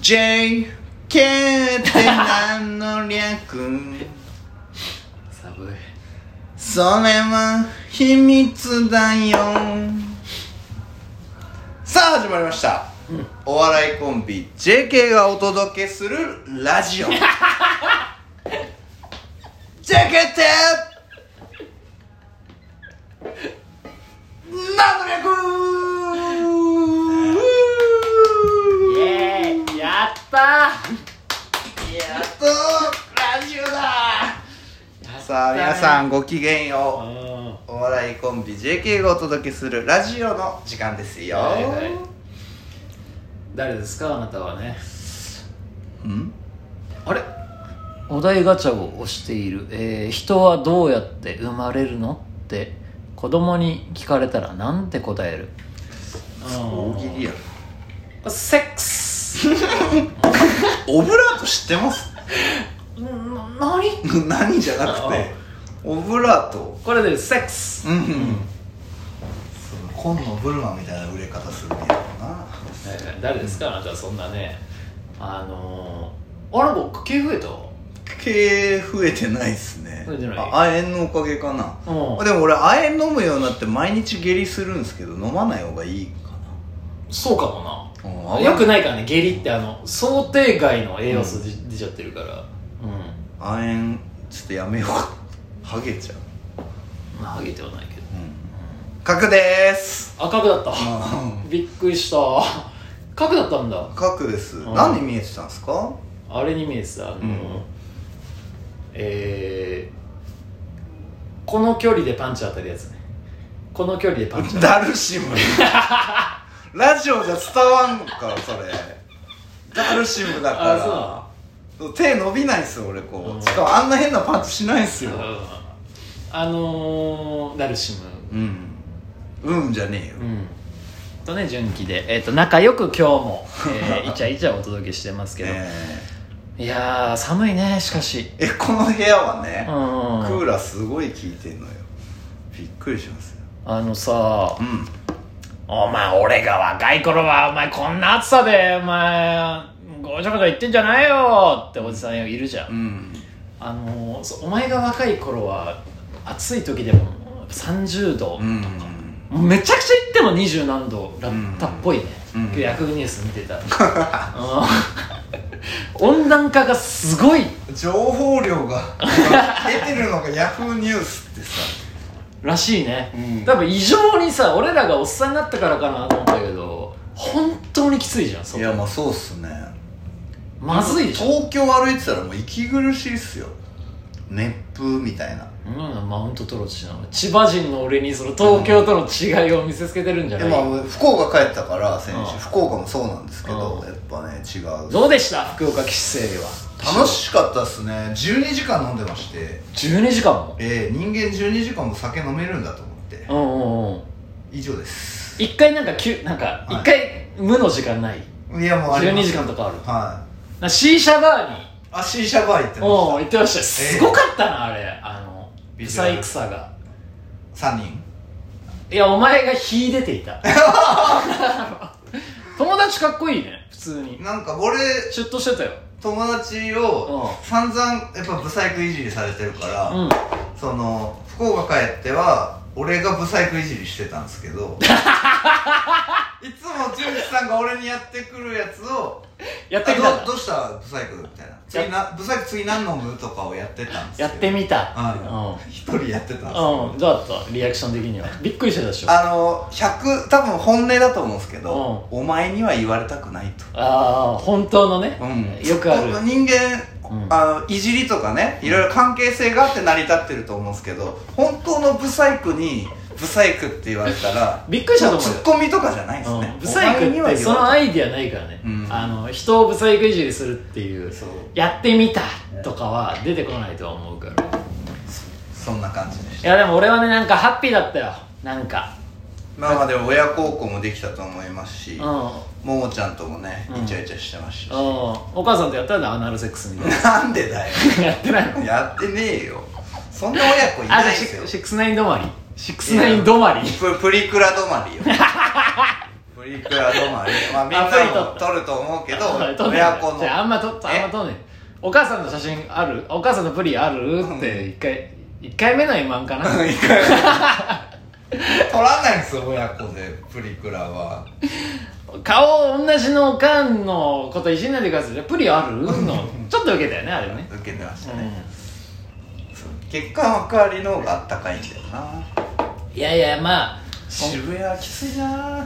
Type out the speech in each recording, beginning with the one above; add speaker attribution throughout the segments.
Speaker 1: JK って何の略
Speaker 2: 寒い
Speaker 1: それは秘密だよさあ始まりました、お笑いコンビ JK がお届けするラ ジオ JK って何の略
Speaker 2: イエーイやった
Speaker 1: やっとラジオだ
Speaker 2: ー
Speaker 1: さあ皆さ
Speaker 2: ん
Speaker 1: んごきげんよう
Speaker 2: は
Speaker 1: お笑いコンビ JK がお届けするラジオの時間です
Speaker 2: い
Speaker 1: よ、
Speaker 2: はい誰ですかあなたはね
Speaker 1: ん
Speaker 2: あれお題ガチャを押している、えー人はどうやって生まれるのって子供に聞かれたらなんて答える
Speaker 1: 大喜利や
Speaker 2: うんセックス
Speaker 1: オブラート知ってます
Speaker 2: んな何
Speaker 1: 何じゃなくてオブラート
Speaker 2: これでセックス、
Speaker 1: うん、その紺野ブルマみたいな売れ方するんやろうな
Speaker 2: えー誰ですかあなたはそんなねあのー、あれなんか毛増えた
Speaker 1: 毛増えてないっすね
Speaker 2: 増えてない
Speaker 1: あ亜鉛のおかげかな
Speaker 2: うん
Speaker 1: でも俺亜鉛飲むようになって毎日下痢するんですけど飲まない方がいいか
Speaker 2: そうかも
Speaker 1: な
Speaker 2: な
Speaker 1: うん
Speaker 2: よくないからね下痢ってあの想定外の栄養素出出ちゃってるからうん
Speaker 1: 亜鉛ちょっとやめようかハゲちゃう
Speaker 2: まあハゲてはないけど
Speaker 1: 角でーす
Speaker 2: 赤くだったびっくりした角だったんだ
Speaker 1: 角です
Speaker 2: うん
Speaker 1: 何見えてたんですか
Speaker 2: あれに見えてたあの、
Speaker 1: うん
Speaker 2: えー、この距離でパンチ当たるやつねこの距離でパンチ当たる
Speaker 1: ダルシムラジオじゃ伝わんからそれダルシムだ
Speaker 2: あ
Speaker 1: から手伸びないっすよ俺こ
Speaker 2: うん
Speaker 1: うしかもあんな変なパンチしないっすよ
Speaker 2: あのー、ダルシム
Speaker 1: うんうんじゃねえよ
Speaker 2: うんとね純喜で、えー、と仲良く今日も、えー、イチャイチャお届けしてますけど、
Speaker 1: え
Speaker 2: いやー寒いねしかし
Speaker 1: ーえこの部屋は
Speaker 2: う
Speaker 1: ね
Speaker 2: ん
Speaker 1: クーラーすごい効いてんのよびっくりしますよ
Speaker 2: あのさ
Speaker 1: うん
Speaker 2: お前俺が若い頃はお前こんな暑さでお前ごちゃごちゃ言ってんじゃないよっておじさんいるじゃん、
Speaker 1: うん
Speaker 2: あのーそうお前が若い頃は暑い時でも30度
Speaker 1: う、ん
Speaker 2: めちゃくちゃ行っても二十何度だったっぽいね、
Speaker 1: うん
Speaker 2: 今日ヤフーニュース見てた、うん 温暖化がすごい
Speaker 1: 情報量が出てるのがヤフーニュースってさ
Speaker 2: らしいね、
Speaker 1: うん
Speaker 2: 多分異常にさ俺らがおっさんになったからかなと思ったけど本当にきついじゃんそ
Speaker 1: い
Speaker 2: こ
Speaker 1: やまあそうっすね
Speaker 2: まずいでしょ
Speaker 1: 東京歩いてたらもう息苦しいっすよ熱風みたいな
Speaker 2: うんマウント取ろうとしなの千葉人の俺にその東京との違いを見せつけてるんじゃ
Speaker 1: で
Speaker 2: ない、
Speaker 1: まあ福岡帰ったから先
Speaker 2: う
Speaker 1: 週
Speaker 2: ん
Speaker 1: 福岡もそうなんですけど
Speaker 2: うん
Speaker 1: やっぱね違う
Speaker 2: どうでした福岡吉生は
Speaker 1: 楽しかったっすね12時間飲んでまして
Speaker 2: 12時間も
Speaker 1: えー、人間12時間も酒飲めるんだと思って
Speaker 2: うんうんうん
Speaker 1: 以上です
Speaker 2: 一回なんか急なんか
Speaker 1: はい
Speaker 2: 一回無の時間ない、
Speaker 1: いやもうありま
Speaker 2: 12
Speaker 1: す
Speaker 2: 時間とかある
Speaker 1: は
Speaker 2: な C 社バーに
Speaker 1: いあシーシャバー行ってま
Speaker 2: おお
Speaker 1: し
Speaker 2: 行ってましたすごかったなあれあの
Speaker 1: ビ
Speaker 2: 不
Speaker 1: ジュアル
Speaker 2: 細工さが
Speaker 1: た3人
Speaker 2: いやお前が秀でていた 友達かっこいいね普通に
Speaker 1: なんか俺
Speaker 2: シュッとしてたよ
Speaker 1: 友達を
Speaker 2: う
Speaker 1: 散々やっぱブサイクいじりされてるから、
Speaker 2: うん
Speaker 1: その福岡帰っては俺がブサイクいじりしてたんですけ どいつも純一さんが俺にやってくるやつを
Speaker 2: やってみたん
Speaker 1: あ
Speaker 2: だ
Speaker 1: どどうしたブサイクみたいな次なブサイク次何飲むとかをやってたんですけど
Speaker 2: やってみた
Speaker 1: は
Speaker 2: う
Speaker 1: い一人やってたんですけど
Speaker 2: んうんどうだったリアクション的にはびっくりしてたでしょあ
Speaker 1: あの100多分本音だと思うんですけど、お前には言われたくないと
Speaker 2: あー本当のね、
Speaker 1: うん、
Speaker 2: よくある
Speaker 1: 人間、
Speaker 2: うん
Speaker 1: あのいじりとかねいろいろ関係性があって成り立ってると思うんですけど本当のブサイクにブサイクって言われたら
Speaker 2: びっくりしたと
Speaker 1: もう
Speaker 2: 思う
Speaker 1: ツ
Speaker 2: よ
Speaker 1: ッコミとかじゃないですね、
Speaker 2: うん、ブサイク
Speaker 1: お前には言わ
Speaker 2: って
Speaker 1: れ
Speaker 2: そのアイディアないからね、
Speaker 1: うん
Speaker 2: あの人をブサイクいじりするっていう
Speaker 1: そう
Speaker 2: やってみたとかは出てこないとは思うからい
Speaker 1: そんな感じでした
Speaker 2: やでも俺はねなんかハッピーだったよなんか
Speaker 1: まあまあでも親孝行もできたと思いますし、
Speaker 2: うん、
Speaker 1: も
Speaker 2: うん、
Speaker 1: もちゃんともね
Speaker 2: うん
Speaker 1: イチャイチャしてましたし、
Speaker 2: お母さんとやったらアナルセックスみたい
Speaker 1: なんでだよ
Speaker 2: なやってないの
Speaker 1: やってねえよそんな親子い
Speaker 2: あ
Speaker 1: な
Speaker 2: じゃ
Speaker 1: い
Speaker 2: あ
Speaker 1: ですよ
Speaker 2: シックスナイン止まりシックスナイン止まり
Speaker 1: ププリクラ止まりよプリクラドマリまあみん
Speaker 2: アプリ
Speaker 1: な
Speaker 2: 撮
Speaker 1: も
Speaker 2: った
Speaker 1: 撮ると思うけど
Speaker 2: はい撮んない
Speaker 1: 親子の
Speaker 2: じゃあ あんま撮ったあんま撮んないお母さんの写真あるお母さんのプリあるって一回一回目の M−1 かな
Speaker 1: 撮らないんですよ親子でプリクラは
Speaker 2: 顔同じのおかんのこといじんないでくださいじゃあプリあるのちょっと受けたよねあれね、
Speaker 1: 受けてました
Speaker 2: う
Speaker 1: ね、
Speaker 2: ん
Speaker 1: 結果幕張の方があったかいんだよない
Speaker 2: やいやまあ
Speaker 1: 渋谷きついな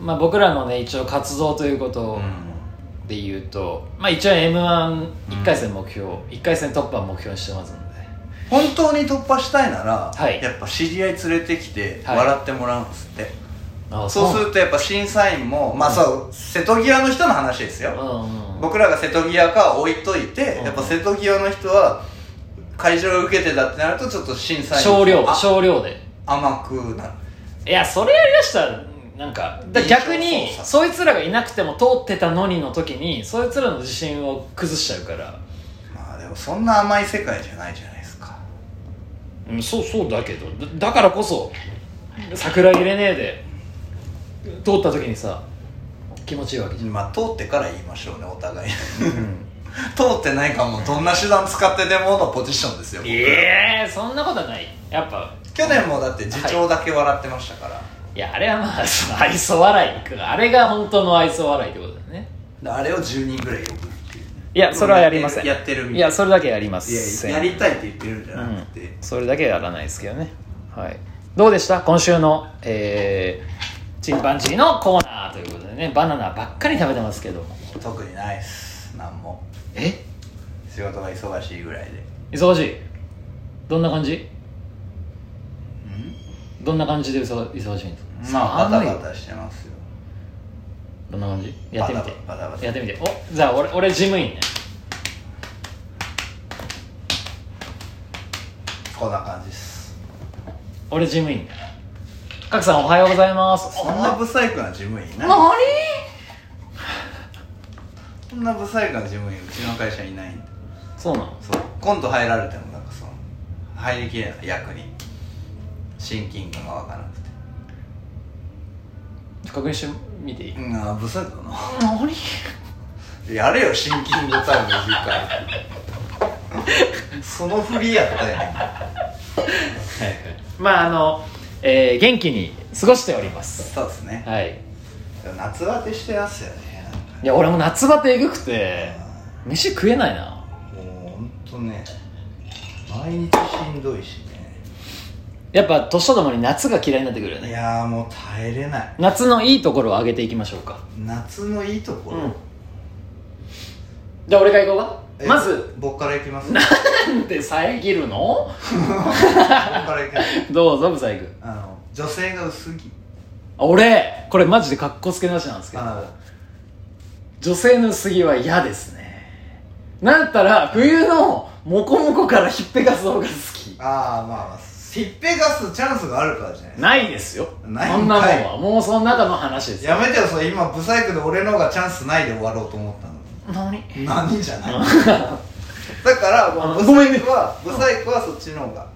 Speaker 2: まあ僕らのね一応活動ということ
Speaker 1: う
Speaker 2: で言うと、まあ一応 m 1 1回戦目標、一1回戦突破目標にしてますので
Speaker 1: 本当に突破したいなら、
Speaker 2: はい
Speaker 1: やっぱ知り合い連れてきて
Speaker 2: はい
Speaker 1: 笑ってもらうんですって、
Speaker 2: あ
Speaker 1: そうするとやっぱ審査員も、まあそう瀬戸際の人の話ですよ、
Speaker 2: うんうん
Speaker 1: 僕らが瀬戸際か置いといて、
Speaker 2: うん
Speaker 1: やっぱ瀬戸際の人は会場が受けてたってなるとちょっと審査員
Speaker 2: 少量
Speaker 1: あ
Speaker 2: 少量で
Speaker 1: 甘くなる
Speaker 2: いやそれやりだしたらなんかだ逆
Speaker 1: 印
Speaker 2: に
Speaker 1: 象操作
Speaker 2: そいつらがいなくても通ってたのにの時にそいつらの自信を崩しちゃうから、
Speaker 1: まあでもそんな甘い世界じゃないじゃないですか
Speaker 2: うん、そうそうだけどだだからこそ桜入れねえで通った時にさ気持ちいいわけじ
Speaker 1: まあ通ってから言いましょうねお互い
Speaker 2: ゃん、うん
Speaker 1: 通ってないかもどんな手段使ってでものポジションですよ僕ら
Speaker 2: ええそんなことはないやっぱ
Speaker 1: 去年もだって次長だけ笑ってましたから、
Speaker 2: いやあれはまあその愛想笑いあれが本当の愛想笑いってことだよね
Speaker 1: あれを10人ぐらい呼ぶっていう
Speaker 2: いやそれはやりません
Speaker 1: やってるみ
Speaker 2: い
Speaker 1: たいな
Speaker 2: やそれだけやりま
Speaker 1: い
Speaker 2: せん
Speaker 1: ややりたいって言ってるんじゃなくて、
Speaker 2: うん、それだけはやらないですけどねはいどうでした今週のえー、チンパンジーのコーナーということでねバナナばっかり食べてますけど
Speaker 1: 特にないっすなんも
Speaker 2: え
Speaker 1: 仕事が忙しいぐらいで
Speaker 2: 忙しいどんな感じ
Speaker 1: うん
Speaker 2: どんな感じで忙忙しいんですか
Speaker 1: まあバ
Speaker 2: 寒
Speaker 1: タ
Speaker 2: い
Speaker 1: バタしてますよ
Speaker 2: どんな感じやってみて
Speaker 1: バタバタバタバタ
Speaker 2: やってみておじゃあ俺俺事務員ね
Speaker 1: こんな感じっす
Speaker 2: 俺事務員賀来さんおはようございます
Speaker 1: そんな不細工な事務員いない
Speaker 2: 何
Speaker 1: そんな不細工な事務員うちの会社いないんで
Speaker 2: そうなの
Speaker 1: そうコント入られてもなんかその入りきれない役に親近感がわからなくて
Speaker 2: 確認してみていい
Speaker 1: うんあー不細工だな
Speaker 2: 何
Speaker 1: やれよシンキングタイム短いその振りやったやん
Speaker 2: まああの、えー元気に過ごしております
Speaker 1: そうですね
Speaker 2: はい
Speaker 1: でも夏バテしてますよねなんか
Speaker 2: いや俺も夏バテえぐくて飯食えないな
Speaker 1: もうほんとね毎日しんどいし
Speaker 2: やっぱ年とともに夏が嫌いになってくるよ
Speaker 1: ねい
Speaker 2: ね
Speaker 1: やーもう耐えれない
Speaker 2: 夏のいいところを上げていきましょうか
Speaker 1: 夏のいいところ、
Speaker 2: うんじゃあ俺が行こう
Speaker 1: え
Speaker 2: かまず
Speaker 1: 僕からいきます
Speaker 2: なんで遮るの
Speaker 1: 僕 からいきます
Speaker 2: どうぞブサイク
Speaker 1: あの女性が薄着
Speaker 2: あ俺これマジで格好つけなしなんですけど
Speaker 1: あ
Speaker 2: 女性の薄着は嫌ですねなんたら冬のモコモコからひっぺかす方が好き
Speaker 1: あーまあまあひっぺかすチャンスがあるからじゃないですか
Speaker 2: ないですよ
Speaker 1: ない
Speaker 2: そんなもんはもうその中の話ですよ
Speaker 1: やめてよそれ今ブサイクで俺の方がチャンスないで終わろうと思ったのに
Speaker 2: 何
Speaker 1: 何じゃ ないだからもう
Speaker 2: ご
Speaker 1: ブサイクはブサイクはそっちの方が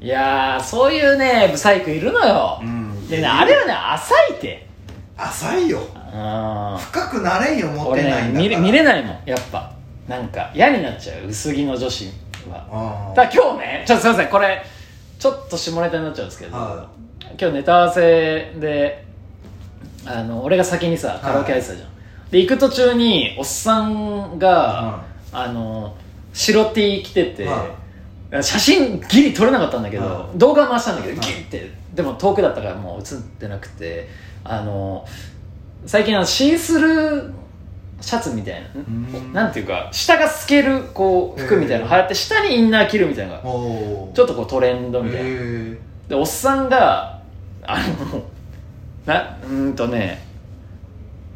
Speaker 2: いやーそういうねブサイクいるのよ、
Speaker 1: ん
Speaker 2: でねあれはね浅いって
Speaker 1: 浅いよ
Speaker 2: う
Speaker 1: 深くなれんよ
Speaker 2: ん
Speaker 1: 持っ
Speaker 2: 俺
Speaker 1: てない
Speaker 2: ね
Speaker 1: んだから
Speaker 2: 見れ見れないもんやっぱなんか嫌になっちゃう薄着の女子は
Speaker 1: あ
Speaker 2: だから今日ねちょっとすいませんこれちょっと下ネタになっちゃうんですけど
Speaker 1: は
Speaker 2: 今日ネタ合わせであの俺が先にさカラオケ入ってたじゃん、で行く途中におっさんが、あの白 T 着てて、
Speaker 1: は
Speaker 2: 写真ギリ撮れなかったんだけど、
Speaker 1: は
Speaker 2: 動画回したんだけど
Speaker 1: はい
Speaker 2: ギリって、でも遠くだったからもう映ってなくてあの最近あのシースルーシャツみたいな、
Speaker 1: ん
Speaker 2: なんていうか下が透けるこう服みたいなの流行って下にインナー着るみたいなのが
Speaker 1: おお
Speaker 2: ちょ
Speaker 1: っ
Speaker 2: っとこうトレンドみたいな、
Speaker 1: え
Speaker 2: でおっさんがあのなうーんとね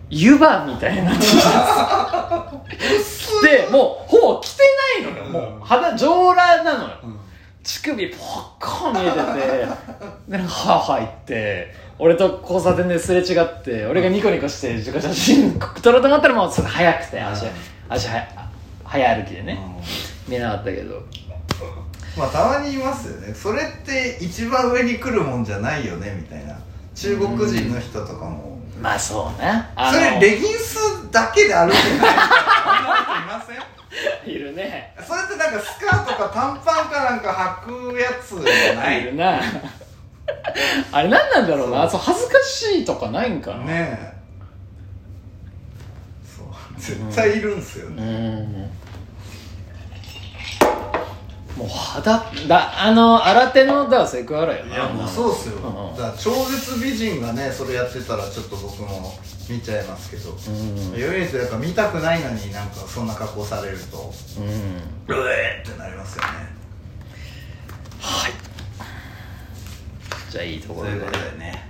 Speaker 2: 湯葉みたいな T シャツ着てもうほぼ着てないのよもう肌上裸なのよ乳首ポッコ見えててでなんか歯入って俺と交差点ですれ違って俺がニコニコして自己写真撮ろうと思ったらもうそれ早くて足
Speaker 1: うん
Speaker 2: 足はや早歩きでね見えなかったけど
Speaker 1: まあたまにいますよねそれって一番上に来るもんじゃないよねみたいな中国人の人とかも
Speaker 2: まあそうね
Speaker 1: それレギンスだけで歩いてないみたいな女の人いませ
Speaker 2: いるね
Speaker 1: んそれってなんかスカートか短パンかなんか履くやつじゃない
Speaker 2: いる
Speaker 1: ね
Speaker 2: な あれ何なんだろうな
Speaker 1: そ
Speaker 2: そう恥ずかしいとかないんかな、
Speaker 1: えそう絶対いるんすよ
Speaker 2: う
Speaker 1: ね、
Speaker 2: んもう肌だあの新手のだからセクハラよない
Speaker 1: やもうそうっすよ、
Speaker 2: うん
Speaker 1: だから超絶美人がねそれやってたらちょっと僕も見ちゃいますけど、
Speaker 2: うん
Speaker 1: よりとやっぱ見たくないのになんかそんな格好されると
Speaker 2: うん
Speaker 1: うえーってなりますよね
Speaker 2: はいじゃあいいところで
Speaker 1: でね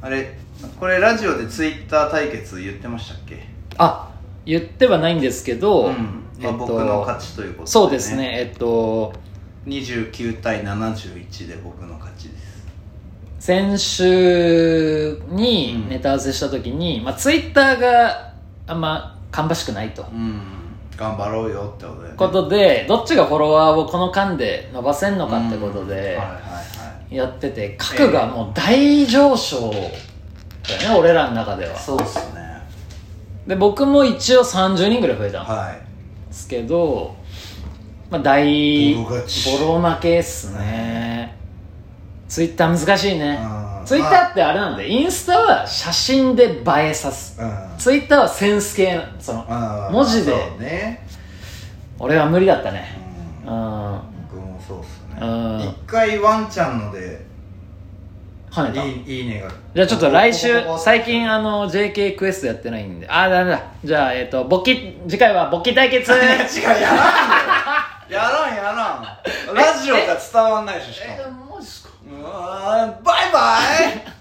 Speaker 1: あれこれラジオでツイッター対決言ってましたっけ
Speaker 2: あ言ってはないんですけど、
Speaker 1: まあ、僕の勝ちということで、
Speaker 2: そうですねえっと
Speaker 1: 29対71で僕の勝ちです
Speaker 2: 先週
Speaker 1: う
Speaker 2: に
Speaker 1: ん
Speaker 2: ネタ合わせした時に、まあ、ツイッターがあんま芳しくないと、
Speaker 1: うん頑張ろうよってことで、ね、
Speaker 2: ことでどっちがフォロワーをこの間で伸ばせんのかってこと
Speaker 1: うん
Speaker 2: で
Speaker 1: はいはいは
Speaker 2: やってて核がもう大上昇だよね俺らの中ではい
Speaker 1: そうっすね
Speaker 2: で僕も一応30人ぐらい増えたんで
Speaker 1: は
Speaker 2: すけど、まあ、大
Speaker 1: ボ
Speaker 2: ボ
Speaker 1: ロ
Speaker 2: ロ
Speaker 1: 勝ち
Speaker 2: 負けっすねツイッター難しいね
Speaker 1: い
Speaker 2: ツイッターってあれなんでインスタは写真で映えさす
Speaker 1: ー
Speaker 2: ツイッターはセンス系なその
Speaker 1: うん
Speaker 2: 文字で
Speaker 1: そうね、
Speaker 2: 俺は無理だったね
Speaker 1: うん
Speaker 2: うん跳
Speaker 1: 僕もそうっすね
Speaker 2: うん
Speaker 1: 一回ワンちゃんので
Speaker 2: ねた
Speaker 1: いいいいねが
Speaker 2: じゃあちょっと来週
Speaker 1: ボコボコボコ
Speaker 2: 最近あの JK クエストやってないんであーダメだじゃあえっ、と簿記次回は簿記 対決
Speaker 1: いや違うやらんよやらんやら んラジオが伝わんないでしょしかも
Speaker 2: マジっすか
Speaker 1: うわーバイバイ